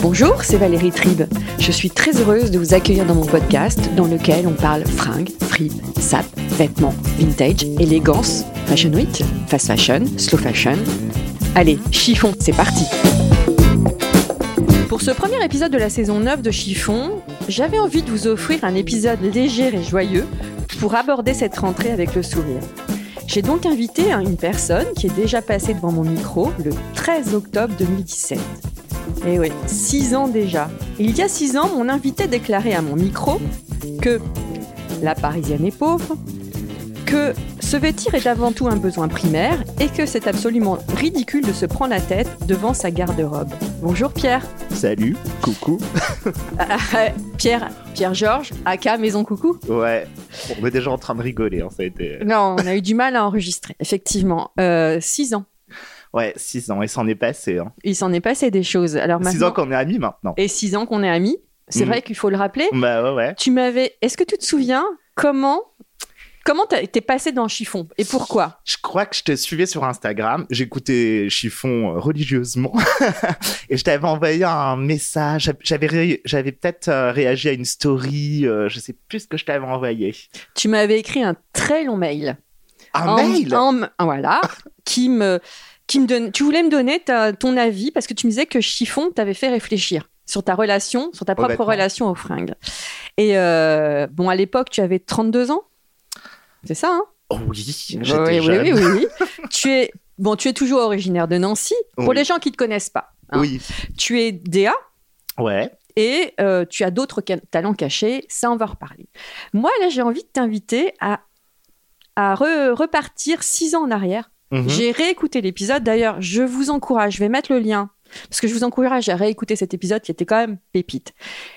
Bonjour, c'est Valérie Tribe. Je suis très heureuse de vous accueillir dans mon podcast dans lequel on parle fringues, fripes, sap, vêtements, vintage, élégance, fashion week, fast fashion, slow fashion. Allez, chiffon, c'est parti Pour ce premier épisode de la saison 9 de Chiffon, j'avais envie de vous offrir un épisode léger et joyeux pour aborder cette rentrée avec le sourire. J'ai donc invité hein, une personne qui est déjà passée devant mon micro le 13 octobre 2017. Et Eh oui, 6 ans déjà. Il y a 6 ans, mon invité déclarait à mon micro que la Parisienne est pauvre, que se vêtir est avant tout un besoin primaire et que c'est absolument ridicule de se prendre la tête devant sa garde-robe. Bonjour Pierre. Salut, coucou. Ah, Pierre, Pierre Georges, aka Maison Coucou. Ouais, on est déjà en train de rigoler, hein, ça a été... Non, on a eu du mal à enregistrer, effectivement. 6 euh, ans. Ouais, 6 ans, et s'en est passé. Hein. Il s'en est passé des choses. Alors 6 ans qu'on est amis maintenant. Et 6 ans qu'on est amis, c'est Mm. vrai qu'il faut le rappeler. Bah ouais, ouais. Tu m'avais. Est-ce que tu te souviens comment comment t'as- t'es passé dans chiffon et pourquoi Je crois que je te suivais sur Instagram, j'écoutais Chiffon euh, religieusement, et je t'avais envoyé un message, j'avais, ré- j'avais peut-être euh, réagi à une story, euh, je sais plus ce que je t'avais envoyé. Tu m'avais écrit un très long mail. Un En- mail en me- voilà, qui me qui me donne. Tu voulais me donner ta- ton avis parce que tu me disais que chiffon t'avait fait réfléchir sur ta relation, sur ta propre Honnêtement. relation aux fringues. Et euh, bon, à l'époque, tu avais 32 ans. C'est ça, hein Oh Oui, j'étais oui, oui, jeune. oui, oui, oui. tu es bon, tu es toujours originaire de Nancy. Pour Oui. les gens qui te connaissent pas, hein. Oui. tu es DA ouais. et euh, tu as d'autres ca- talents cachés. Ça, on va reparler. Moi, là, j'ai envie de t'inviter à à re- repartir six ans en arrière. Mhm. J'ai réécouté l'épisode. D'ailleurs, je vous encourage. Je vais mettre le lien parce que je vous encourage à réécouter cet épisode qui était quand même pépite.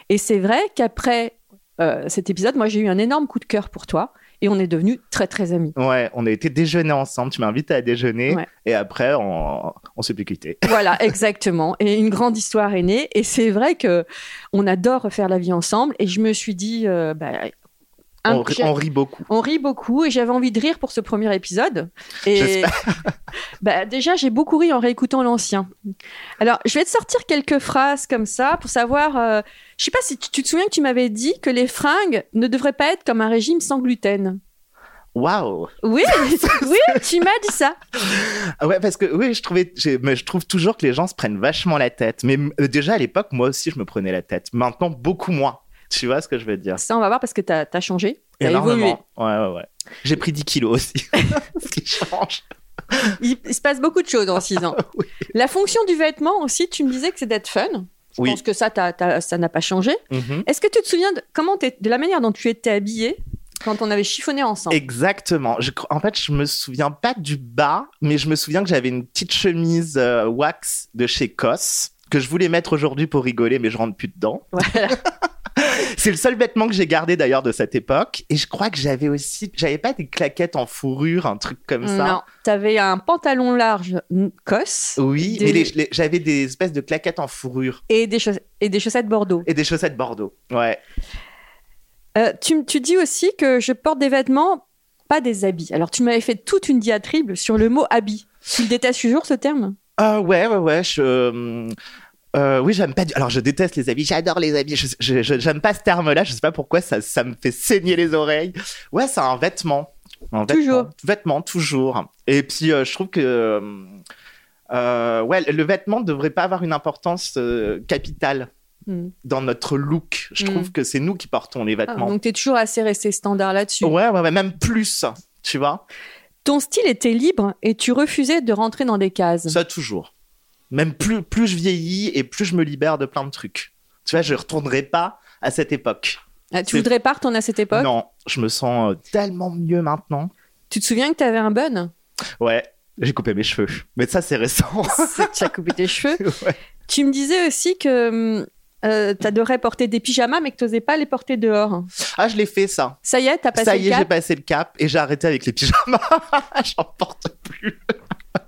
Et c'est vrai qu'après euh, cet épisode, moi, j'ai eu un énorme coup de cœur pour toi et on est devenus très très amis. Ouais, on a été déjeuner ensemble, tu m'as invité à déjeuner, Ouais. et après, on, on s'est plus quittés. Voilà, exactement. Et une grande histoire est née. Et c'est vrai que on adore refaire la vie ensemble. Et je me suis dit, euh, bah, un- On, ri- j'ai- on rit beaucoup. on rit beaucoup. Et j'avais envie de rire pour ce premier épisode. Et bah, déjà, j'ai beaucoup ri en réécoutant l'ancien. Alors, je vais te sortir quelques phrases comme ça pour savoir. euh, je sais pas si tu, tu te souviens que tu m'avais dit que les fringues ne devraient pas être comme un régime sans gluten. Waouh Oui, oui, tu m'as dit ça. Ah Ouais, parce que oui, je trouvais, j'ai- mais je trouve toujours que les gens se prennent vachement la tête. Mais euh, déjà à l'époque, moi aussi, je me prenais la tête. Maintenant, beaucoup moins. Tu vois ce que je veux dire Ça, on va voir parce que t'as as changé. T'as évolué. Énormément. Ouais, ouais, ouais. J'ai pris 10 kilos aussi. ce qui change. Il, il se passe beaucoup de choses en 6 ans. Oui. La fonction du vêtement aussi, tu me disais que c'est d'être fun. Je Oui. pense que ça, t'as- t'as- ça n'a pas changé. Mhm. Est-ce que tu te souviens de, comment t'es- de la manière dont tu étais habillée quand on avait chiffonné ensemble Exactement. Je cro- en fait, je me souviens pas du bas, mais je me souviens que j'avais une petite chemise euh, wax de chez Cos que je voulais mettre aujourd'hui pour rigoler, mais je rentre plus dedans. Voilà. C'est le seul vêtement que j'ai gardé d'ailleurs de cette époque. Et je crois que j'avais aussi, j'avais pas des claquettes en fourrure, un truc comme ça. Non, t'avais un pantalon large n- cosse Oui, Des- mais les- les- j'avais des espèces de claquettes en fourrure et des, chaussettes, et des chaussettes bordeaux. et des chaussettes Bordeaux. Ouais. Euh, tu, m- tu dis aussi que je porte des vêtements, pas des habits. Alors tu m'avais fait toute une diatribe sur le mot habit. Tu le détestes toujours ce terme Ah ouais, ouais, ouais. Je, euh, euh, oui, j'aime pas. du- Alors, je déteste les habits. J'adore les habits. Je- je- je- J'aime pas ce terme-là. Je sais pas pourquoi ça, ça me fait saigner les oreilles. Ouais, c'est un vêtement. Un vêtement. Toujours. Vêtement, toujours. Et puis, euh, je trouve que. euh, euh, ouais, le vêtement devrait pas avoir une importance euh, capitale Hmm. dans notre look. Je Mm. trouve que c'est nous qui portons les Ah, vêtements. Donc t'es toujours assez resté standard là-dessus. ouais, ouais, ouais, même plus. Tu vois Ton style était libre et tu refusais de rentrer dans des cases. Ça, toujours. Même plus, plus je vieillis et plus je me libère de plein de trucs. Tu vois, je retournerai pas à cette époque. Ah, tu c'est- voudrais pas retourner à cette époque non, je me sens euh, tellement mieux maintenant. Tu te souviens que t'avais un bun Ouais, j'ai coupé mes cheveux. Mais ça, c'est récent. C'est- Tu as coupé tes cheveux. Ouais. Tu me disais aussi que euh, t'adorais porter des pyjamas, mais que t'osais pas les porter dehors. Ah, je l'ai fait, ça. Ça y est, t'as passé ça y le est, j'ai cap. passé le cap et j'ai arrêté avec les pyjamas. J'en porte plus.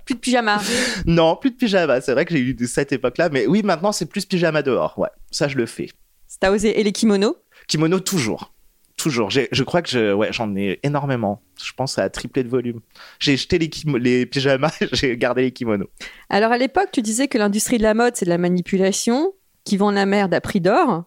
Plus de pyjamas. Non, plus de pyjamas. C'est vrai que j'ai eu de cette époque-là. Mais oui, maintenant, c'est plus pyjama dehors. Ouais, ça, je le fais. T'as osé et les kimonos. Kimono, toujours. Toujours. J'ai- Je crois que je, ouais, j'en ai énormément. Je pense à tripler de volume. J'ai jeté les, kimo- les pyjamas, j'ai gardé les kimonos. Alors à l'époque, tu disais que l'industrie de la mode, c'est de la manipulation, qui vend la merde à prix d'or.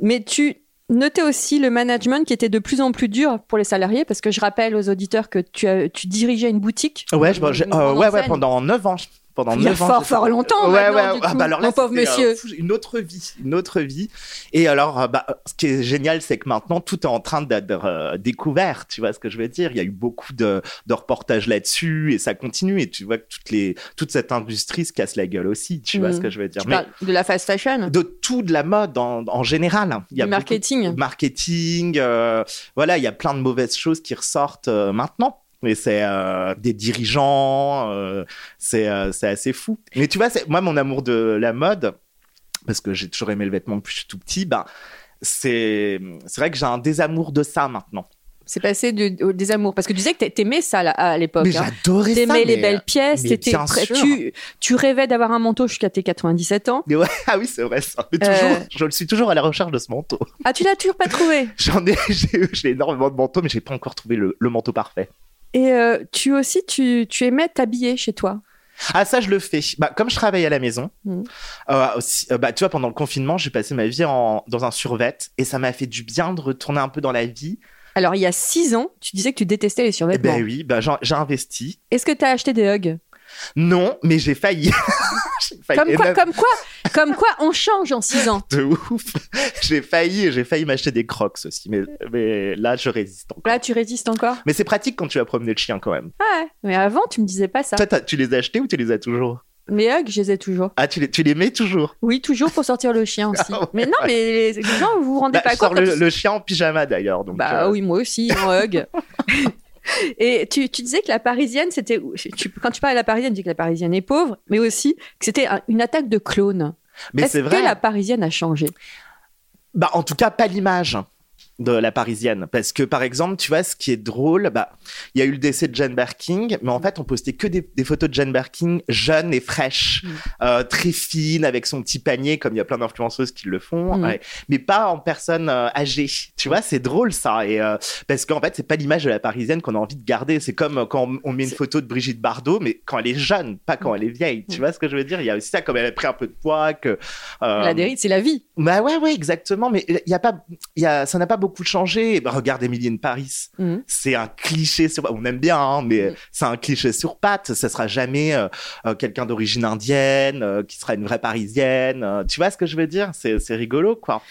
Mais tu notais aussi le management qui était de plus en plus dur pour les salariés, parce que je rappelle aux auditeurs que tu, as- tu dirigeais une boutique. Ouais, je, j'ai- Une euh, grande ouais, ouais, enseigne. pendant 9 ans. Pendant Il y a 9 ans, fort, j'ai- fort longtemps Ouais, maintenant, ouais, du ah, coup, bah alors là, mon pauvre c'était, euh, monsieur. fou, une autre vie, une autre vie. Et alors, euh, bah, ce qui est génial, c'est que maintenant, tout est en train d'être euh, découvert, tu vois ce que je veux dire. Il y a eu beaucoup de, de reportages là-dessus et ça continue. Et tu vois que toutes les, toute cette industrie se casse la gueule aussi, tu vois Mhm. ce que je veux dire. Tu Mais parles de la fast fashion, de tout de la mode en, en général. hein. Il y a du beaucoup marketing. de marketing. euh, voilà, il y a plein de mauvaises choses qui ressortent euh, maintenant. Et c'est euh, des dirigeants, euh, c'est euh, c'est assez fou. Mais tu vois, c'est- moi, mon amour de la mode, parce que j'ai toujours aimé le vêtement depuis que je suis tout petit, bah, c'est c'est vrai que j'ai un désamour de ça maintenant. C'est passé du- au- des amours. Parce que tu disais que t'a- t'aimais ça là, à l'époque. Mais hein. j'adorais ça. T'aimais les mais- euh, belles pièces, mais t'étais bien prêt- sûr. tu, tu rêvais d'avoir un manteau jusqu'à tes 97 ans. Mais ouais, ah oui, c'est vrai ça. Mais Euh. toujours, je le suis toujours à la recherche de ce manteau. Ah, tu l'as toujours pas trouvé J'en ai, j'ai j'ai énormément de manteaux, mais j'ai pas encore trouvé le- le manteau parfait. Et euh, tu aussi, tu, tu aimais t'habiller chez toi. Ah ça je le fais. Bah, comme je travaille à la maison, Mhm. euh, aussi- euh, bah, tu vois pendant le confinement j'ai passé ma vie en, dans un survêt et ça m'a fait du bien de retourner un peu dans la vie. Alors, il y a 6 ans, tu disais que tu détestais les Eh survêtements. ben oui, bah, j'en- j'ai investi. Est-ce que tu as acheté des hugs Non, mais j'ai failli. J'ai failli comme quoi, énorme- comme, quoi, comme quoi, on change en 6 ans. de ouf. J'ai failli et j'ai failli m'acheter des crocs aussi, mais, mais là je résiste encore. Là, tu résistes encore Mais c'est pratique quand tu vas promener le chien quand même. Ah ouais. Mais avant, tu me disais pas ça. Toi, t'as- tu les as achetés ou tu les as toujours Mes hugs, je les ai toujours. Ah, tu les, tu les mets toujours Oui, toujours pour sortir le chien aussi. Ah ouais. Mais non, mais les gens, vous vous rendez Bah, pas Je sors compte. le, le chien en pyjama d'ailleurs. donc, Bah euh, oui, moi aussi, en hug. Et tu, tu disais que la parisienne, c'était. tu- quand tu parles à la parisienne, tu dis que la parisienne est pauvre, mais aussi que c'était un- une attaque de clones. Mais Est-ce c'est vrai. que la parisienne a changé Bah, en tout cas, pas l'image de la parisienne. Parce que, par exemple, tu vois, ce qui est drôle, bah, il y a eu le décès de Jane Birkin, mais en fait, on postait que des, des photos de Jane Birkin jeune et fraîche, Mm. euh, très fine, avec son petit panier, comme il y a plein d'influenceuses qui le font, Mm. ouais. mais pas en personne euh, âgée. Tu vois, c'est drôle ça. Et, euh, parce qu'en fait, c'est pas l'image de la parisienne qu'on a envie de garder. C'est comme euh, quand on- on met une C'est- Mm. photo de Brigitte Bardot, mais quand elle est jeune, pas quand elle est vieille. Tu vois ce que je veux dire Il y a aussi ça, comme elle a pris un peu de poids, que. euh, La dérive, c'est la vie. bah ouais, ouais, exactement. Mais il y a pas, il y a, ça n'a pas beaucoup changé. Eh ben, regarde Emily in Paris. Mhm. C'est un cliché sur, on aime bien, hein, mais Mhm. c'est un cliché sur pattes. Ça sera jamais euh, euh, quelqu'un d'origine indienne euh, qui sera une vraie parisienne. Euh, tu vois ce que je veux dire C'est c'est rigolo, quoi.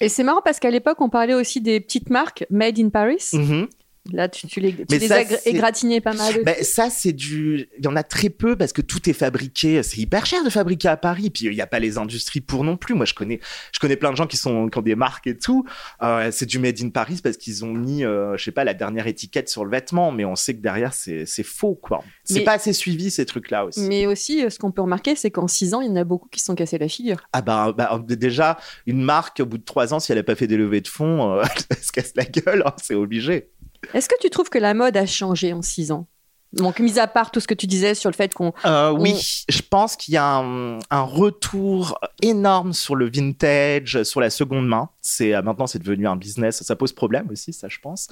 Et c'est marrant parce qu'à l'époque, on parlait aussi des petites marques made in Paris. Mhm. Là, tu, tu les, tu Mais les ça, as gr- c'est- égratignés pas mal. Ben, ça, c'est du. Il y en a très peu parce que tout est fabriqué. C'est hyper cher de fabriquer à Paris. Puis il n'y a pas les industries pour non plus. Moi, je connais, je connais plein de gens qui, sont, qui ont des marques et tout. Euh, c'est du made in Paris parce qu'ils ont mis, euh, je sais pas, la dernière étiquette sur le vêtement. Mais on sait que derrière, c'est c'est faux, quoi. C'est Mais- pas assez suivi, ces trucs-là aussi. Mais aussi, euh, ce qu'on peut remarquer, c'est qu'en 6 ans, il y en a beaucoup qui se sont cassés la figure. Ah, ben, ben, déjà, une marque, au bout de trois ans, si elle n'a pas fait des levées de fonds, euh, elle se casse la gueule. hein, c'est obligé. Est-ce que tu trouves que la mode a changé en 6 ans Donc, mis à part tout ce que tu disais sur le fait qu'on Euh, oui, Mm. je pense qu'il y a un, un retour énorme sur le vintage, sur la seconde main. C'est euh, maintenant c'est devenu un business, ça pose problème aussi, ça je pense.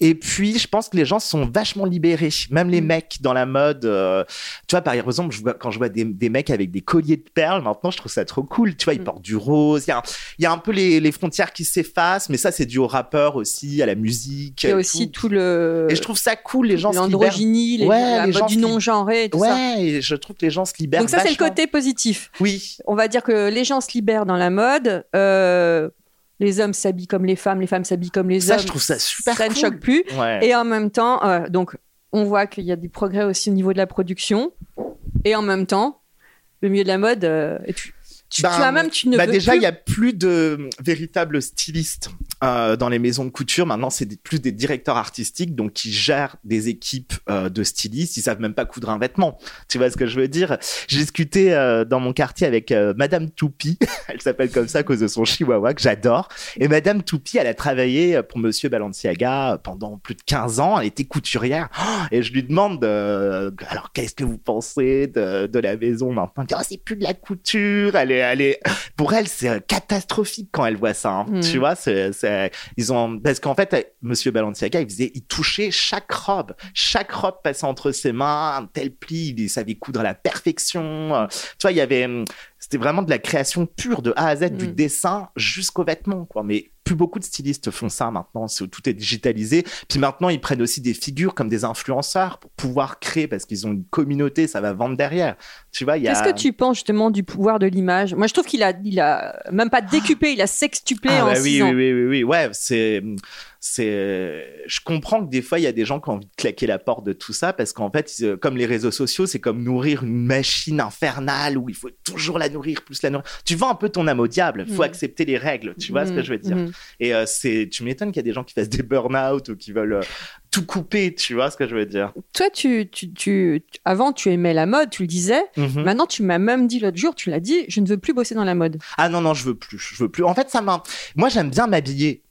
Et puis je pense que les gens sont vachement libérés, même les Mm. mecs dans la mode. euh, tu vois par exemple, je vois- quand je vois des, des mecs avec des colliers de perles, maintenant je trouve ça trop cool. Tu vois, ils Mm. portent du rose. Il y a, un- il y a un peu les, les frontières qui s'effacent, mais ça c'est dû aux rappeurs aussi, à la musique. Il y a et aussi tout tout. le. Et je trouve ça cool, les gens se libèrent. L'androgynie, les, Ouais, la les mode gens du qui- non-genré, et tout ça. Ouais, et je trouve que les gens se libèrent. Donc, ça, c'est le vachement. côté positif. Oui, On va dire que les gens se libèrent dans la mode. euh, les hommes s'habillent comme les femmes, les femmes s'habillent comme les Ça, hommes. je trouve ça super Ça ne cool. choque plus. Ouais. Et en même temps, euh, donc, on voit qu'il y a du progrès aussi au niveau de la production. Et en même temps, le milieu de la mode euh, est Tu, Ben, tu as même, tu ne bah veux déjà, il plus. n'y a plus de hum, véritables stylistes euh, dans les maisons de couture. Maintenant, c'est des- plus des directeurs artistiques, donc qui gèrent des équipes euh, de stylistes. Ils savent même pas coudre un vêtement. Tu vois ce que je veux dire J'ai discuté euh, dans mon quartier avec euh, Madame Toupie. elle s'appelle comme ça à cause de son chihuahua que j'adore. Et Madame Toupie, elle a travaillé euh, pour Monsieur Balenciaga pendant plus de 15 ans. Elle était couturière. Et je lui demande euh, alors qu'est-ce que vous pensez de, de la maison maintenant Elle me dit, Oh, c'est plus de la couture. Elle est, elle est... Pour elle, c'est euh, catastrophique quand elle voit ça. hein. Mm. Tu vois, c'est, c'est- ils ont parce qu'en fait, euh, Monsieur Balenciaga, il faisait, il touchait chaque robe, chaque robe passait entre ses mains, un tel pli, il savait coudre à la perfection. Euh, Tu vois, il y avait, hum, c'était vraiment de la création pure de A à Z, du Mm. dessin jusqu'aux vêtements, quoi. Mais plus beaucoup de stylistes font ça maintenant, c'est- tout est digitalisé. Puis maintenant, ils prennent aussi des figures comme des influenceurs pour pouvoir créer parce qu'ils ont une communauté, ça va vendre derrière. Tu vois, il y a. Qu'est-ce que tu penses justement du pouvoir de l'image Moi, je trouve qu'il a, il a même pas décupé, il a sextuplé Ah en bah six oui, ans. oui, oui, oui, oui. Ouais, c'est, c'est, je comprends que des fois, il y a des gens qui ont envie de claquer la porte de tout ça parce qu'en fait, ils, euh, comme les réseaux sociaux, c'est comme nourrir une machine infernale où il faut toujours la nourrir, plus la nourrir. Tu vends un peu ton âme au diable. Faut Mhm. accepter les règles. Tu vois ce que Mhm, je veux dire? mhm. Et euh, c'est, tu m'étonnes qu'il y a des gens qui fassent des burn-out ou qui veulent euh, tout couper. Tu vois ce que je veux dire? Toi, tu, tu, tu, tu- avant, tu aimais la mode, tu le disais. Mhm. Maintenant, tu m'as même dit l'autre jour, tu l'as dit, je ne veux plus bosser dans la mode. Ah non, non, je veux plus, je veux plus. En fait, ça m'a. Moi, j'aime bien m'habiller.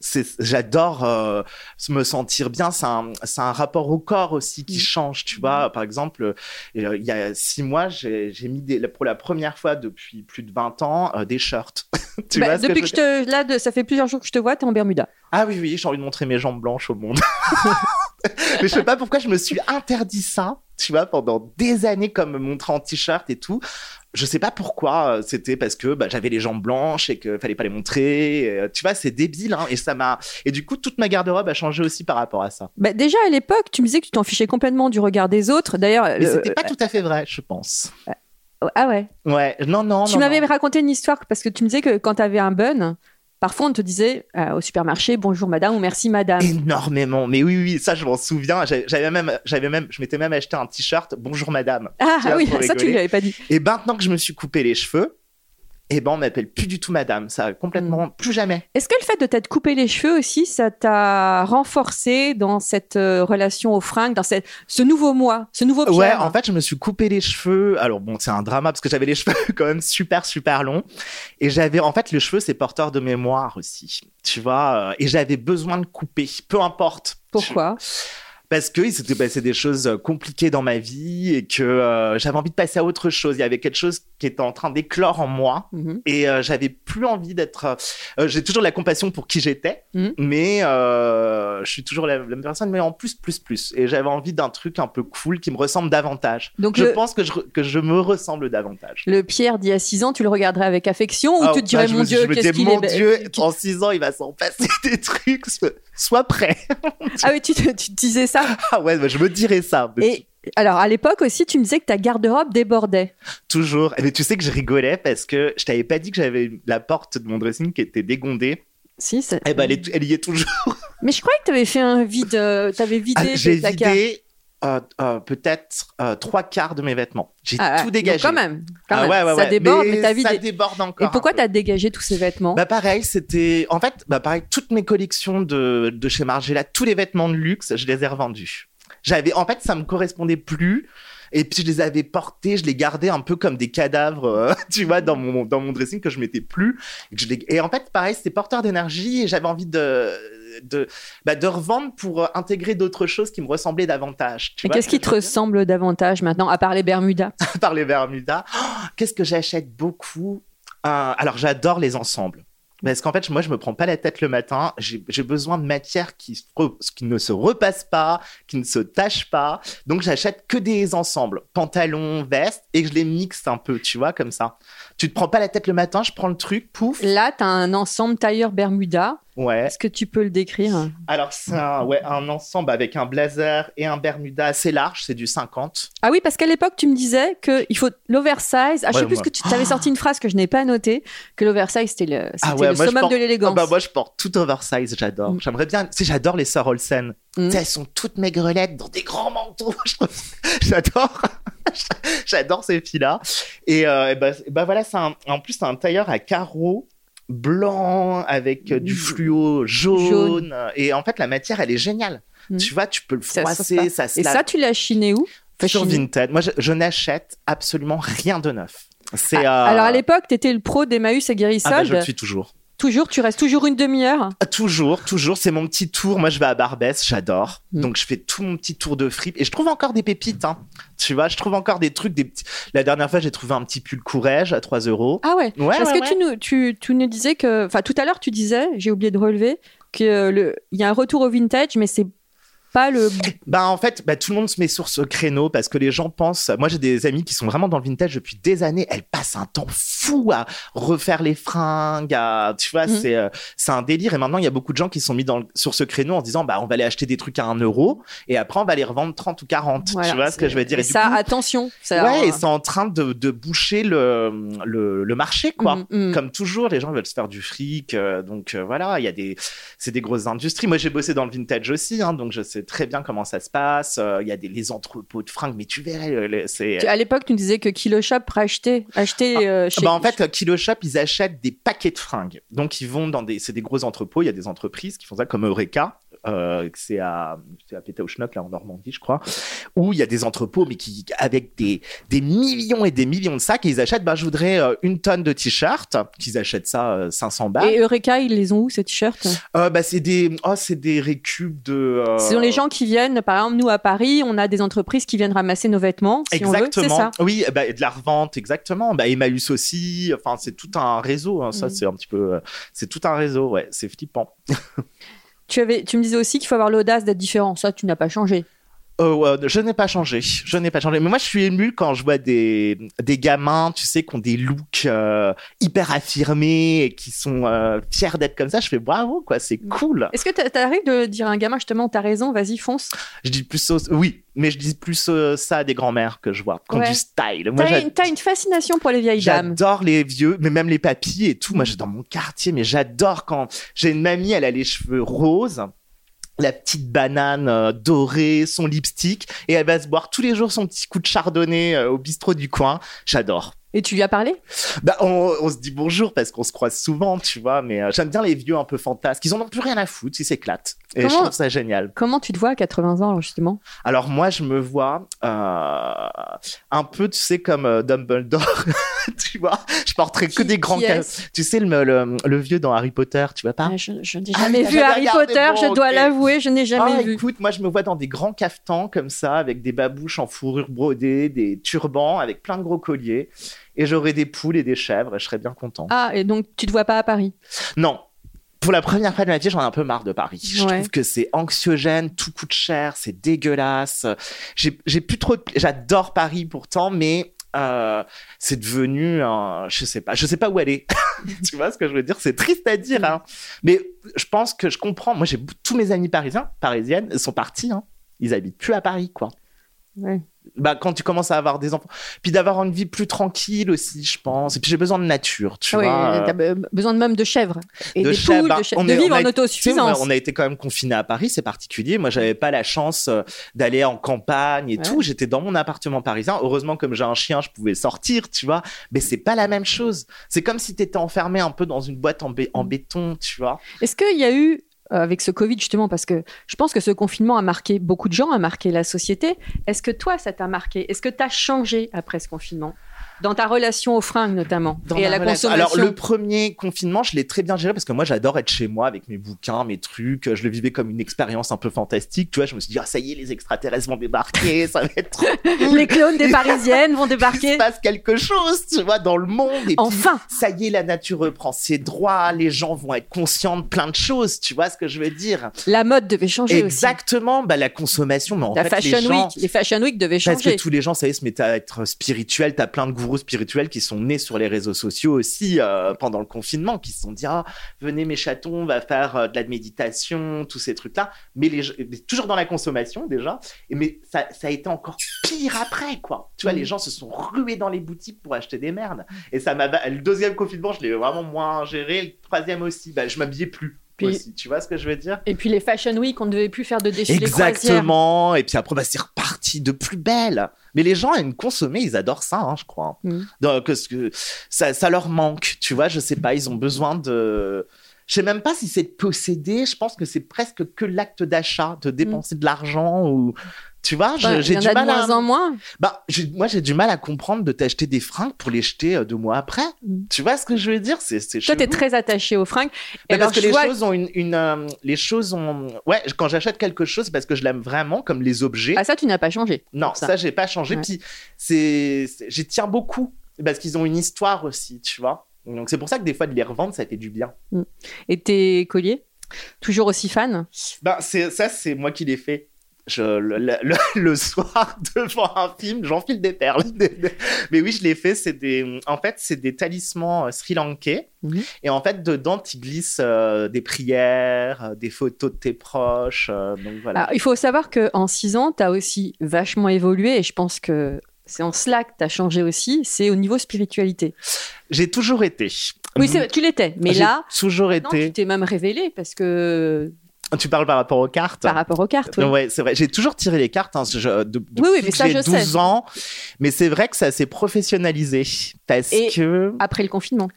C'est, j'adore euh, me sentir bien. C'est un, c'est un rapport au corps aussi Mm. qui change, tu vois. Par exemple, euh, il y a six mois, j'ai, j'ai mis des, pour la première fois depuis plus de 20 ans euh, des shirts. tu Bah, vois ce depuis je que, veux je te, là, de- ça fait plusieurs jours que je te vois, t'es en Bermuda. ah oui, oui, j'ai envie de montrer mes jambes blanches au monde. Mais je sais pas pourquoi je me suis interdit ça, tu vois, pendant des années, comme me montrer en t-shirt et tout. Je sais pas pourquoi, euh, c'était parce que bah, j'avais les jambes blanches et qu'il fallait pas les montrer. et, euh, tu vois, c'est débile, hein, et ça m'a. Et du coup, toute ma garde-robe a changé aussi par rapport à ça. Bah, déjà, à l'époque, tu me disais que tu t'en fichais complètement du regard des autres. D'ailleurs, Mais euh, c'était pas tout à fait vrai, je pense. ah ouais. Ouais, non, non. Tu non, m'avais non. raconté une histoire parce que tu me disais que quand tu avais un bun, parfois on te disait euh, au supermarché bonjour madame ou merci madame. énormément. Mais oui, oui, ça, je m'en souviens. J'avais j'avais même, j'avais même, je m'étais même acheté un t-shirt. Bonjour, madame. Ah Tu vois, oui, pour ça tu rigoler. lui avais pas dit. Et maintenant que je me suis coupé les cheveux, eh ben on m'appelle plus du tout madame, ça complètement plus jamais. Est-ce que le fait de t'être coupé les cheveux aussi, ça t'a renforcé dans cette euh, relation aux fringues, dans cette, ce nouveau moi, ce nouveau Ouais, Pierre en fait, je me suis coupé les cheveux. Alors bon, c'est un drama parce que j'avais les cheveux quand même super super longs et j'avais en fait le cheveu c'est porteur de mémoire aussi. Tu vois, euh, et j'avais besoin de couper, peu importe. Tu- Pourquoi parce qu'il s'était passé des choses euh, compliquées dans ma vie et que euh, j'avais envie de passer à autre chose. Il y avait quelque chose qui était en train d'éclore en moi Mhm. et euh, j'avais plus envie d'être. euh, euh, j'ai toujours de la compassion pour qui j'étais, Mhm. mais euh, je suis toujours la, la même personne, mais en plus, plus, plus. Et j'avais envie d'un truc un peu cool qui me ressemble davantage. Donc je le- pense que je, re- que je me ressemble davantage. Le Pierre d'il y a 6 ans, tu le regarderais avec affection ou Ah, tu te dirais bah, je mon me suis- Dieu, je me qu'est-ce disais, qu'il mon est Dieu, bel- en 6 ans, il va s'en passer des trucs. so- Sois prêt. Ah oui, tu, te- tu te disais ça. Ah ouais, bah, je me dirais ça. mais Et alors à l'époque aussi, tu me disais que ta garde-robe débordait. Toujours. Mais tu sais que je rigolais parce que je t'avais pas dit que j'avais la porte de mon dressing qui était dégondée. Si, ça- Eh ben, elle, est- elle y est toujours. Mais je croyais que tu avais fait un vide, tu avais vidé Ah, tes j'ai placards. vidé euh, euh, peut-être euh, trois quarts de mes vêtements. J'ai Ah, tout ouais. dégagé. Donc, quand même, quand Ah même. ouais, ouais, ça ouais. déborde, mais, t'as ça vidé. déborde encore. Et pourquoi un peu. t'as dégagé tous ces vêtements bah pareil, c'était en fait bah pareil toutes mes collections de, de chez Margiela, tous les vêtements de luxe, je les ai revendus. J'avais en fait ça me correspondait plus et puis je les avais portés, je les gardais un peu comme des cadavres, euh, tu vois dans mon dans mon dressing que je mettais plus et, que je les- et en fait pareil, c'était porteur d'énergie et j'avais envie de de bah, de revendre pour euh, intégrer d'autres choses qui me ressemblaient davantage. tu Et vois qu'est-ce ce que qui te je veux dire ressemble davantage maintenant, à part les Bermudas par les Bermudas. Oh, Qu'est-ce que j'achète beaucoup Euh, Alors, j'adore les ensembles. Parce qu'en fait, moi, je me prends pas la tête le matin. J'ai j'ai besoin de matière qui, se re- qui ne se repasse pas, qui ne se tâche pas. Donc, j'achète que des ensembles, pantalons, vestes, et je les mixe un peu, tu vois, comme ça. Tu te prends pas la tête le matin, je prends le truc, pouf. Là, t'as un ensemble tailleur Bermuda. Ouais. Est-ce que tu peux le décrire Alors, c'est un, ouais, un ensemble avec un blazer et un Bermuda assez large, c'est du 50. Ah oui, parce qu'à l'époque, tu me disais qu'il faut l'oversize. Ah, je Ouais, sais plus moi. ce que tu avais sorti une phrase que je n'ai pas notée, que l'oversize, c'était le, c'était ouais, le moi, je summum pense- de Ah l'élégance. bah moi je porte tout oversize, j'adore. Mm. J'aimerais bien, tu sais, j'adore les sœurs Olsen. Mm. Tu sais, elles sont toutes maigrelettes dans des grands manteaux. Je trouve- J'adore. J'adore ces filles-là. Et, euh, et ben, et ben voilà, c'est un- en plus, c'est un tailleur à carreaux blanc avec euh, du fluo jaune. Mm. Jaune. Et en fait, la matière, elle est géniale. Mm. Tu vois, tu peux le Ça se froisser, passe. ça se Et lave. ça, tu l'as chiné où Enfin, sur chiné. Vinted. Moi, je, je n'achète absolument rien de neuf. C'est Ah, euh, Alors à l'époque, t'étais le pro d'Emmaüs et ah ben, je Guérissol. le suis toujours. Toujours, tu restes toujours une demi-heure. Ah, Toujours, toujours. C'est mon petit tour. Moi, je vais à Barbès, j'adore. Mm. Donc, je fais tout mon petit tour de fripe. Et je trouve encore des pépites. hein. Tu vois, je trouve encore des trucs. Des petits... La dernière fois, j'ai trouvé un petit pull courage à 3 euros. Ah ouais. Ouais, Parce ouais, que tu nous, tu, tu nous disais que, enfin tout à l'heure, tu disais, j'ai oublié de relever que le, il y a un retour au vintage, mais c'est pas le. Bah, en fait, bah, tout le monde se met sur ce créneau parce que les gens pensent. Moi, j'ai des amis qui sont vraiment dans le vintage depuis des années. Elles passent un temps fou à refaire les fringues. À... Tu vois, Mhm. c'est euh, c'est un délire. Et maintenant, il y a beaucoup de gens qui sont mis dans le- sur ce créneau en se disant bah, on va aller acheter des trucs à 1 euro et après, on va les revendre 30 ou 40. Voilà, tu vois ce que c'est- je veux dire et du ça, coup, attention. Ça, Ouais, et c'est en train de, de boucher le, le, le marché, quoi. Mm, mm. Comme toujours, les gens veulent se faire du fric. euh, donc euh, voilà, il y a des, c'est des grosses industries. Moi, j'ai bossé dans le vintage aussi, hein, donc je sais très bien comment ça se passe. Euh, Il y a des les entrepôts de fringues, mais tu verrais, euh, les- c'est. Tu- À l'époque, tu nous disais que Kilo Shop achetait, achetait euh, chez. Bah, en fait, euh, Kilo Shop, ils achètent des paquets de fringues. Donc, ils vont dans des, c'est des gros entrepôts. Il y a des entreprises qui font ça, comme Eureka. euh, c'est à, c'est à Pétaouchnok, là, en Normandie, je crois, où il y a des entrepôts, mais qui, avec des, des millions et des millions de sacs, et ils achètent, bah, je voudrais euh, une tonne de t-shirts, qu'ils achètent ça euh, 500 balles. Et Eureka, ils les ont où ces t-shirts Euh, bah, c'est des, oh, c'est des récupes de. euh, Ce sont les gens qui viennent, par exemple, nous à Paris, on a des entreprises qui viennent ramasser nos vêtements. Si exactement. On veut. C'est ça. Oui, bah, et de la revente, exactement. Bah, Emmaüs aussi. Enfin, c'est tout un réseau. hein. Ça, Mhm. c'est un petit peu. euh, C'est tout un réseau, ouais. C'est flippant. Tu, avais, tu me disais aussi qu'il faut avoir l'audace d'être différent. Ça, tu n'as pas changé. Euh, ouais, je n'ai pas changé. Je n'ai pas changé. Mais moi, je suis ému quand je vois des, des gamins, tu sais, qui ont des looks euh, hyper affirmés et qui sont euh, fiers d'être comme ça. Je fais bravo, quoi. C'est Mm. cool. Est-ce que t'a- t'arrives de dire à un gamin, justement, t'as raison, vas-y, fonce Je dis plus au- oui, mais je dis plus euh, ça à des grands-mères que je vois, qui ont Ouais. du style. Moi, T'as j'a- une, t'as une fascination pour les vieilles dames. J'adore les vieux, mais même les papis et tout. Moi, Mm. j'ai dans mon quartier, mais j'adore quand j'ai une mamie, elle a les cheveux roses. La petite banane euh, dorée, son lipstick, et elle va se boire tous les jours son petit coup de chardonnay euh, au bistrot du coin. J'adore. Et tu lui as parlé Bah, on, on se dit bonjour parce qu'on se croise souvent, tu vois, mais euh, j'aime bien les vieux un peu fantasques. Ils en ont plus rien à foutre, ils s'éclatent. Et je Comment- trouve ça génial. Comment tu te vois à 80 ans, alors, justement Alors, moi, je me vois euh, un peu, tu sais, comme euh, Dumbledore, tu vois. Je porterai que Qui- des grands qui cas- est-ce Tu sais, le, le, le vieux dans Harry Potter, tu vois pas Ah, Je, je n'ai Ah, jamais t'as vu jamais Harry regardé, Potter, bon, je dois ok. l'avouer, je n'ai jamais Ah, vu. écoute, moi je me vois dans des grands cafetans comme ça, avec des babouches en fourrure brodée, des turbans, avec plein de gros colliers, et j'aurai des poules et des chèvres, et je serais bien content. Ah, et donc tu te vois pas à Paris Non. Pour la première fois de ma vie, j'en ai un peu marre de Paris. Je Ouais. trouve que c'est anxiogène, tout coûte cher, c'est dégueulasse. J'ai j'ai plus trop. de- J'adore Paris pourtant, mais euh, c'est devenu. un- je sais pas. Je sais pas où aller. tu vois ce que je veux dire C'est triste à dire, hein. Mm. mais je pense que je comprends. Moi, j'ai tous mes amis parisiens, parisiennes, sont partis. Hein. Ils habitent plus à Paris, quoi. Ouais. Bah, quand tu commences à avoir des enfants, puis d'avoir une vie plus tranquille aussi, je pense. Et puis j'ai besoin de nature, tu Ah oui, vois. euh, t'as be- besoin de même de chèvres et de des chèvres, poules, bah, de, chèvres, on de est- vivre on a- en Tu sais, on a- autosuffisance. On a été quand même confiné à Paris, c'est particulier. Moi, j'avais pas la chance euh, d'aller en campagne et Ouais. tout. J'étais dans mon appartement parisien. Heureusement, comme j'ai un chien, je pouvais sortir, tu vois. Mais c'est pas la même chose. C'est comme si t'étais enfermé un peu dans une boîte en, bé- en Mm. béton, tu vois. Est-ce qu'il y a eu, euh, avec ce Covid justement, parce que je pense que ce confinement a marqué beaucoup de gens, a marqué la société, est-ce que toi, ça t'a marqué Est-ce que t'as changé après ce confinement Dans ta relation aux fringues notamment Dans et à ma la relation. consommation Alors, le premier confinement, je l'ai très bien géré parce que moi, j'adore être chez moi avec mes bouquins, mes trucs. Je le vivais comme une expérience un peu fantastique. Tu vois, je me suis dit, ah, ça y est, les extraterrestres vont débarquer, ça va être trop cool. Les clones des Parisiennes vont Il se débarquer. passe quelque chose, tu vois, dans le monde. Et puis, Enfin ça y est, la nature reprend ses droits, les gens vont être conscients de plein de choses, tu vois ce que je veux dire La mode devait changer Exactement, bah, la consommation, mais en aussi. La fait, fashion les gens... week, les fashion week devaient Parce que changer. tous les gens, ça y est, se mettent à être spirituels. T'as plein de gourous spirituels qui sont nés sur les réseaux sociaux aussi euh, pendant le confinement, qui se sont dit Ah, venez mes chatons, on va faire euh, de la méditation, tous ces trucs-là. Mais, les gens- mais toujours dans la consommation déjà. Et mais ça, ça a été encore pire après, quoi. Tu vois, Mm. les gens se sont rués dans les boutiques pour acheter des merdes. Et ça m'a. Le deuxième confinement, je l'ai vraiment moins géré. Le troisième aussi, bah, je m'habillais plus. Puis- aussi. Tu vois ce que je veux dire Et puis les fashion week, on ne devait plus faire de défilés croisières. Exactement. Et puis après, bah, c'est reparti sorti de plus belle. Mais les gens aiment consommer, ils adorent ça, hein, je crois. Mm. Donc, parce que ça, ça leur manque, tu vois, je sais pas, ils ont besoin de. Je sais même pas si c'est de posséder, je pense que c'est presque que l'acte d'achat, de dépenser de l'argent ou. Tu vois, je- Enfin, Mm. Bah, il j'ai y en du a de mal à. moins en moins. Bah, j'ai- moi, j'ai du mal à comprendre de t'acheter des fringues pour les jeter euh, deux mois après. Mm. Tu vois ce que je veux dire C'est c'est Toi, chelou. t'es très attaché aux fringues. Et Mais alors, Bah, parce que je les vois- choses ont une, une euh, les choses ont ouais quand j'achète quelque chose c'est parce que je l'aime vraiment comme les objets Ah, ça, tu n'as pas changé. non ça. ça, j'ai pas changé Ouais. puis c'est c'est- j'y tiens beaucoup parce qu'ils ont une histoire aussi tu vois donc c'est pour ça que des fois de les revendre ça fait du bien Et tes colliers Toujours aussi fan ben c'est ça c'est moi qui l'ai fait je, le, le- le- le soir devant un film j'enfile des perles Des- des- mais oui je l'ai fait c'est des en fait c'est des talismans euh, sri-lankais Mhm. et en fait dedans tu glisses euh, des prières euh, des photos de tes proches euh, donc voilà Alors, il faut savoir qu'en 6 ans, tu as aussi vachement évolué et je pense que c'est en cela que tu as changé aussi, c'est au niveau spiritualité. J'ai toujours été. Oui, c'est- tu l'étais, mais Mhm. Ah, J'ai là, toujours non, tu été. t'es même révélé parce que tu... parles par rapport aux cartes. par rapport aux cartes. oui. Non, ouais, c'est vrai. J'ai toujours tiré les cartes hein, je- de- depuis Oui, oui, mais que ça, j'ai je 12 sais. ans. Mais c'est vrai que ça s'est professionnalisé. Parce Et- que. Après le confinement.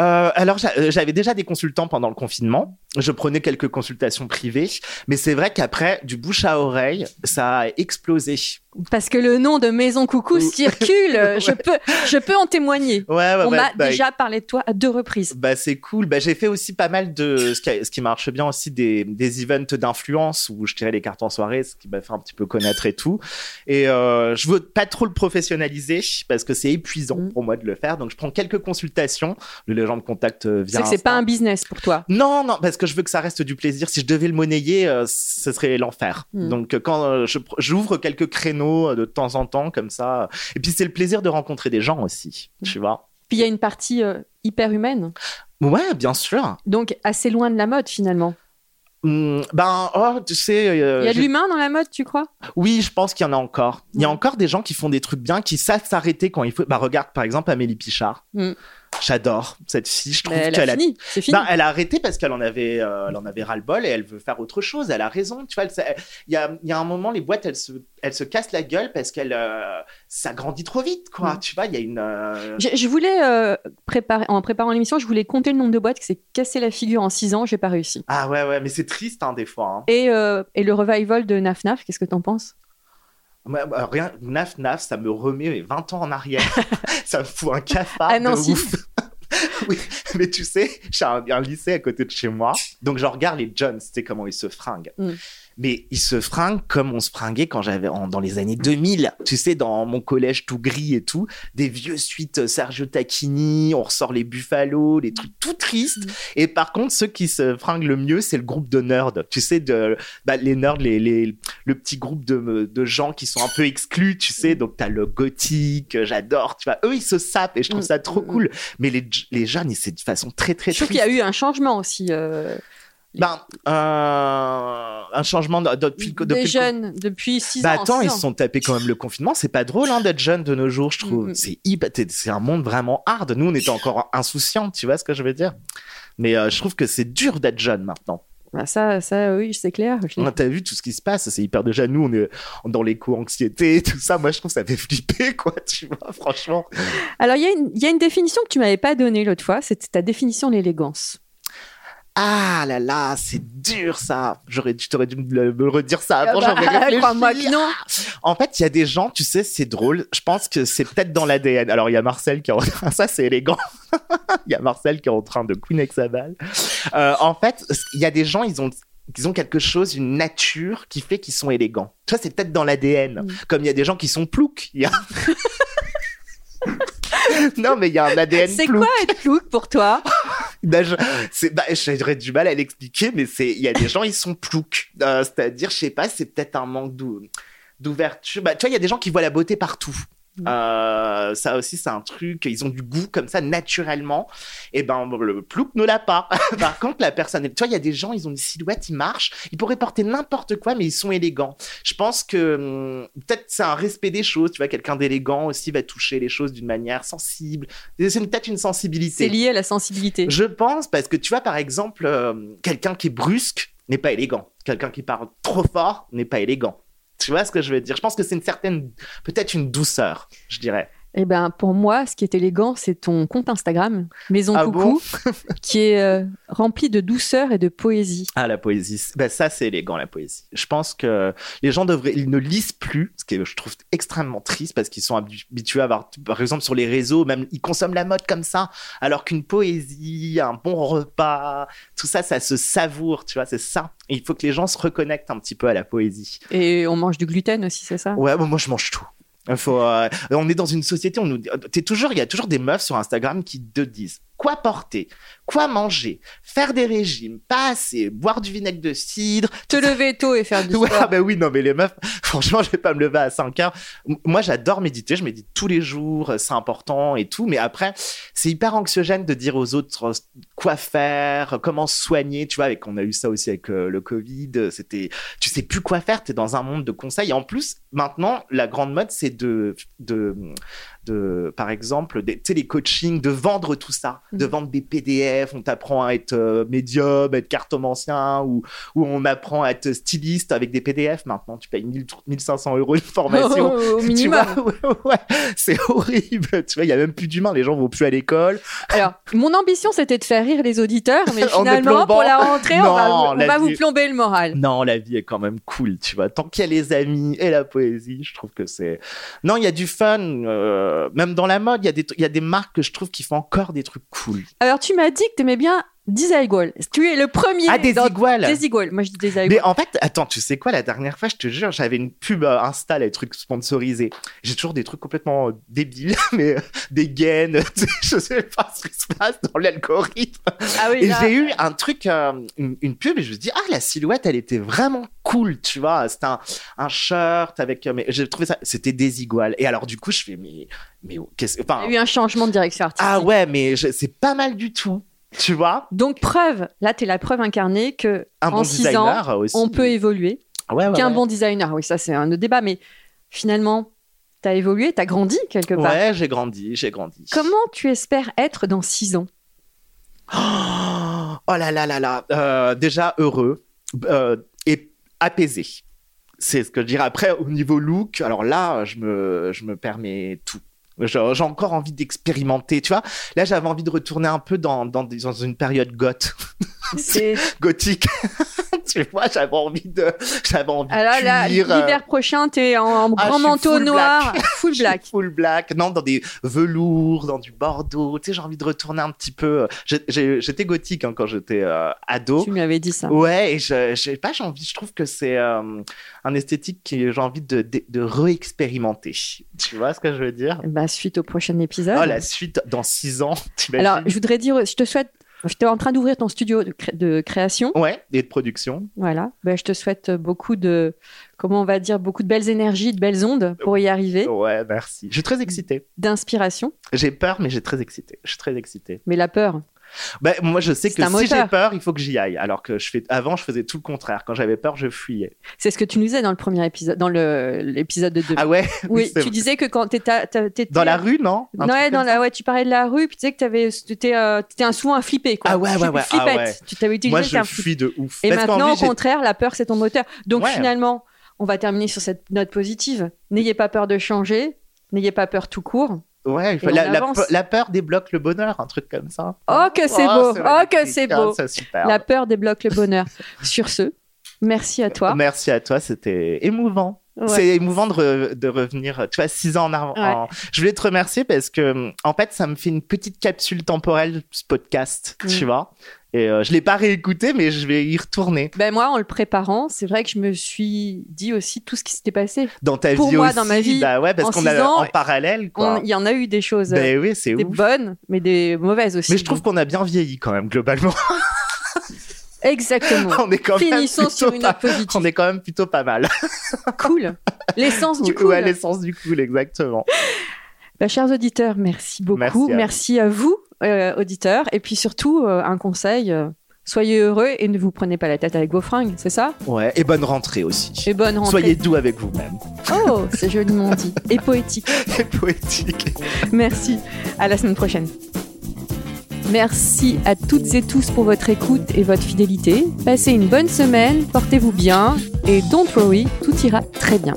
Euh, alors, j'a- euh, j'avais déjà des consultants pendant le confinement. Je prenais quelques consultations privées. Mais c'est vrai qu'après, du bouche à oreille, ça a explosé. Parce que le nom de Maison Coucou Ouh. circule, je, peux, je peux en témoigner. Ouais, ouais, On ouais, m'a bah, déjà parlé de toi à deux reprises. Bah, c'est cool. Bah, j'ai fait aussi pas mal de ce qui, ce qui marche bien aussi des, des events d'influence où je tirais les cartes en soirée, ce qui m'a fait un petit peu connaître et tout. Et euh, je veux pas trop le professionnaliser parce que c'est épuisant Mm. pour moi de le faire. Donc je prends quelques consultations. Les gens me contactent euh, C'est via. que c'est Insta. pas un business pour toi. Non, non, parce que je veux que ça reste du plaisir. Si je devais le monnayer, euh, ce serait l'enfer. Mm. Donc, euh, quand euh, je pr- j'ouvre quelques créneaux euh, de temps en temps, comme ça. euh, Et puis, c'est le plaisir de rencontrer des gens aussi, Hmm. tu vois. Puis il y a une partie euh, hyper humaine, Ouais, bien sûr. donc assez loin de la mode finalement. Hum, ben, oh, tu sais, euh, Il y a de Hmm. j'ai- l'humain dans la mode, tu crois oui, je pense qu'il y en a encore. Il y a Ouais. encore des gens qui font des trucs bien, qui savent s'arrêter quand il faut. Bah, regarde, par exemple, Amélie Pichard. Mm. J'adore cette fille. Je trouve Ben, Elle qu'elle a a. fini, c'est fini. Ben, elle a arrêté parce qu'elle en avait, euh, elle en avait ras-le-bol et elle veut faire autre chose. Elle a raison, tu vois. elle s'a- elle- Il y a, il y a un moment, les boîtes, elles se, elles se cassent la gueule parce qu'elle, euh, ça grandit trop vite, quoi. Mm. Tu vois, il y a une. euh, Je, je voulais euh, préparer, en préparant l'émission, je voulais compter le nombre de boîtes qui s'est cassé la figure en 6 ans, j'ai pas réussi. Ah ouais, ouais, mais c'est triste hein, des fois. hein. Et, euh, et le revival de Naf Naf, qu'est-ce que t'en penses Moi, moi, rien, naf naf, ça me remet mes 20 ans en arrière. ça me fout un cafard. À de Nancy. ouf. oui, mais tu sais, j'ai un, un lycée à côté de chez moi. Donc, je regarde les Jones, tu sais comment ils se fringuent. Mm. Mais ils se fringuent comme on se fringuait quand j'avais en- dans les années 2000. Tu sais, dans mon collège tout gris et tout, des vieux suites euh, Sergio Tacchini, on ressort les Buffalo, les trucs tout tristes. Mm. Et par contre, ceux qui se fringuent le mieux, c'est le groupe de nerds. Tu sais, de, bah, les nerds, les, les- le petit groupe de, de gens qui sont un peu exclus, tu sais. Donc, t'as le gothique, euh, j'adore. Tu vois, eux, ils se sapent et je trouve Mm, ça trop mm, cool. Mais les, les jeunes, ils- c'est de façon très, très Je trouve triste. qu'il y a eu un changement aussi. euh, Ben, euh, un changement de- de- depuis, le- depuis des le jeunes, depuis 6 bah ans. attends, six ils ans. se sont tapés quand même le confinement. C'est pas drôle hein, d'être jeune de nos jours, je trouve. Mm. C'est hyper- t'es- c'est un monde vraiment hard. Nous, on était encore insouciants, tu vois ce que je veux dire Mais euh, je trouve que c'est dur d'être jeune maintenant. Bah, ça, ça, oui, c'est clair. je l'ai- On T'as vu tout ce qui se passe, c'est hyper déjà. Nous, on est dans l'éco-anxiété, tout ça. Moi, je trouve que ça fait flipper, quoi, tu vois, franchement. Alors, il y, a une- il y a une définition que tu m'avais pas donnée l'autre fois, c'était ta définition de l'élégance. Ah là là, c'est dur ça. J'aurais dû, t'aurais dû me le me le redire ça avant, Ah bah, j'aurais réfléchi. Crois-moi que non. En fait, il y a des gens, tu sais, c'est drôle. Je pense que c'est peut-être dans l'ADN. Alors, il y a Marcel qui est en train, ça c'est élégant. Il y a Marcel qui est en train de queen avec sa balle. Euh, en fait, il y a des gens, ils ont, ils ont quelque chose, une nature qui fait qu'ils sont élégants. Tu vois, c'est peut-être dans l'ADN. Mm. Comme il y a des gens qui sont ploucs. Il y a- non, mais il y a un ADN C'est plouc. quoi être plouc pour toi Ben, je- c'est- ben, J'aurais du mal à l'expliquer, mais c'est il y a des gens, ils sont ploucs. Euh, C'est-à-dire, je sais pas, c'est peut-être un manque d'ou- d'ouverture. Bah, tu vois, il y a des gens qui voient la beauté partout. Euh, ça aussi, c'est un truc. Ils ont du goût comme ça naturellement. Et ben, le plouc ne l'a pas. Par contre, la personne. Tu vois, il y a des gens, ils ont une silhouette, ils marchent. Ils pourraient porter n'importe quoi, mais ils sont élégants. Je pense que hum, peut-être c'est un respect des choses. Tu vois, quelqu'un d'élégant aussi va toucher les choses d'une manière sensible. C'est une- peut-être une sensibilité. C'est lié à la sensibilité. Je pense, parce que tu vois, par exemple, euh, quelqu'un qui est brusque n'est pas élégant. Quelqu'un qui parle trop fort n'est pas élégant. Tu vois ce que je veux dire Je pense que c'est une certaine, peut-être une douceur, je dirais. Eh ben, pour moi, ce qui est élégant, c'est ton compte Instagram, Maison Ah Coucou, qui est euh, rempli de douceur et de poésie. Ah, la poésie. c'est- Ben, ça, c'est élégant, la poésie. Je pense que les gens devraient, ils ne lisent plus, ce que je trouve extrêmement triste parce qu'ils sont habi- habitués à avoir, par exemple, sur les réseaux, même, ils consomment la mode comme ça, alors qu'une poésie, un bon repas, tout ça, ça se savoure, tu vois, c'est ça. Et il faut que les gens se reconnectent un petit peu à la poésie. Et on mange du gluten aussi, c'est ça Ouais, bon, moi je mange tout. Il Faut, euh, on est dans une société, on nous, t'es toujours, il y a toujours des meufs sur Instagram qui te disent quoi porter, quoi manger, faire des régimes, pas assez, boire du vinaigre de cidre. Te lever tôt et faire du Ouais, sport. bah oui, non, mais les meufs, franchement, je vais pas me lever à 5 heures. M- Moi, j'adore méditer, je médite tous les jours, euh, c'est important et tout, mais après, c'est hyper anxiogène de dire aux autres euh, quoi faire, euh, comment se soigner, tu vois, avec, on a eu ça aussi avec euh, le Covid, euh, c'était, tu sais plus quoi faire, t'es dans un monde de conseils. Et en plus, maintenant, la grande mode, c'est de, de, de, par exemple, des, tu sais, les coachings, de vendre tout ça, de Mhm. vendre des PDF, on t'apprend à être euh, médium, être cartomancien, ou, ou on apprend à être styliste avec des PDF maintenant, tu payes 1000 1500 euros de formation. Au Tu minimum. vois, ouais, ouais. c'est horrible. Tu vois, il y a même plus d'humains. Les gens vont plus à l'école. Alors, mon ambition, c'était de faire rire les auditeurs, mais En les finalement, pour plombant. la rentrée, on va, Non, on la va vous vie- plomber le moral. Non, la vie est quand même cool. Tu vois, tant qu'il y a les amis et la poésie, je trouve que c'est. Non, il y a du fun. euh, même dans la mode, il y a des, il y a des marques que je trouve qui font encore des trucs cool. Alors, tu m'as dit que t'aimais bien Desigual. Tu es le premier ah, des dans iguales. Desigual. Moi, je dis Desigual. Mais en fait, attends, tu sais quoi, la dernière fois, je te jure, j'avais une pub euh, Insta, les trucs sponsorisés. J'ai toujours des trucs complètement euh, débiles, mais euh, des gaines, tu sais, je sais pas ce qui se passe dans l'algorithme. Ah oui, Et là- j'ai eu un truc, euh, une, une pub, et je me suis dit, ah, la silhouette, elle était vraiment cool, tu vois. C'était un, un shirt avec. euh, Mais j'ai trouvé ça, c'était désigual. Et alors, du coup, je fais, mais. mais oh, qu'est-ce, enfin, Il y a eu Ah un changement de direction artistique. ah ouais, mais je- c'est pas mal du tout, tu vois. Donc, preuve, là, tu es la preuve incarnée que Un en bon 6 ans, designer aussi. on peut évoluer. Ouais, Ah ouais, Qu'un ouais. bon designer, oui, ça, c'est un autre débat, mais finalement, tu as évolué, tu as grandi quelque part. Ouais, j'ai grandi, j'ai grandi. Comment tu espères être dans 6 ans Oh, oh là là là là. Euh, déjà heureux euh, et apaisé. C'est ce que je dirais. Après, au niveau look, alors là, je me, je me permets tout. Je- J'ai encore envie d'expérimenter, tu vois. Là, j'avais envie de retourner un peu dans, dans, des- dans une période goth, C'est- gothique. tu vois, j'avais envie de, j'avais envie Alors de Ah là, cuir, euh, l'hiver prochain, tu es en, en ah, grand je suis manteau full noir, full black. Full black, non, dans des velours, dans du bordeaux. Tu sais, j'ai envie de retourner un petit peu. euh, J'ai- j'ai- J'étais gothique hein, quand j'étais euh, ado. Tu me l'avais dit ça. Ouais, et je, j'ai pas, j'ai envie, je trouve que c'est euh, un esthétique que j'ai envie de, de, de réexpérimenter. Tu vois ce que je veux dire Bah, suite au prochain épisode. Oh, la suite dans six ans, t'imagines Ah Alors, je voudrais dire, je te souhaite, je t'es en train d'ouvrir ton studio de, cré- de création, Ouais, et de production. voilà. Bah, je te souhaite beaucoup de, comment on va dire, beaucoup de belles énergies, de belles ondes pour y arriver, Ouais, merci. Je suis très excité. d'inspiration. J'ai peur, mais j'ai très excité. Je suis très excité. Mais la peur, Bah, moi, je sais C'est que un si moteur. j'ai peur, il faut que j'y aille. Alors que je fais... avant, je faisais tout le contraire. Quand j'avais peur, je fuyais. C'est ce que tu nous disais dans le premier épisode, dans le- l'épisode de 2. Ah ouais oui, tu c'est vrai. disais que quand t'étais... t'étais- Dans la rue, non Un Euh, Ouais, truc dans comme la, ouais, tu parlais de la rue, puis tu disais que t'avais, t'étais, euh, t'étais un, souvent un flippé, quoi. Ah ouais, Tu- ouais, ouais, ah Flippette. ouais. Tu t'avais ça. utilisé Moi, le terme je flippette. fuis de ouf. Et Parce qu'en maintenant, vie, au j'ai- contraire, la peur, c'est ton moteur. Donc Ouais. finalement, on va terminer sur cette note positive. N'ayez pas peur de changer. N'ayez pas peur tout court. Ouais, il faut- Et on la, la avance. pe- la peur débloque le bonheur, un truc comme ça. Oh, que c'est beau. Oh, que c'est beau. Ah, C'est super. La peur débloque le bonheur. sur ce, merci à toi. Merci à toi, c'était émouvant. Ouais. C'est émouvant de, re- de revenir, tu vois, six ans en avant. Ouais. en- Je voulais te remercier parce que, en fait, ça me fait une petite capsule temporelle, ce podcast, Mm. tu vois. Et euh, je l'ai pas réécouté, mais je vais y retourner Ben moi, en le préparant, c'est vrai que je me suis dit aussi tout ce qui s'était passé. dans ta Pour vie moi, aussi. dans ma vie, bah ouais, parce en qu'on six a ans, en parallèle, quoi. On- Il y en a eu des choses, euh, Bah. Ben oui, c'est des ouf. bonnes, mais des mauvaises aussi. Mais je trouve qu'on a bien vieilli quand même, globalement. Exactement. on est quand même Finissons sur plutôt une pas- note positive. On est quand même plutôt pas mal. Cool. L'essence du cool. Ouais, l'essence du cool, exactement. Bah, chers auditeurs, merci beaucoup. Merci à Merci vous. à, vous, euh, auditeurs. Et puis surtout, euh, un conseil. euh, Soyez heureux et ne vous prenez pas la tête avec vos fringues, c'est ça Ouais, et bonne rentrée aussi. Et bonne rentrée. Soyez doux avec vous-même. Oh, c'est joliment dit. Et poétique. C'est poétique. Merci. À la semaine prochaine. Merci à toutes et tous pour votre écoute et votre fidélité. Passez une bonne semaine, portez-vous bien et don't worry, tout ira très bien.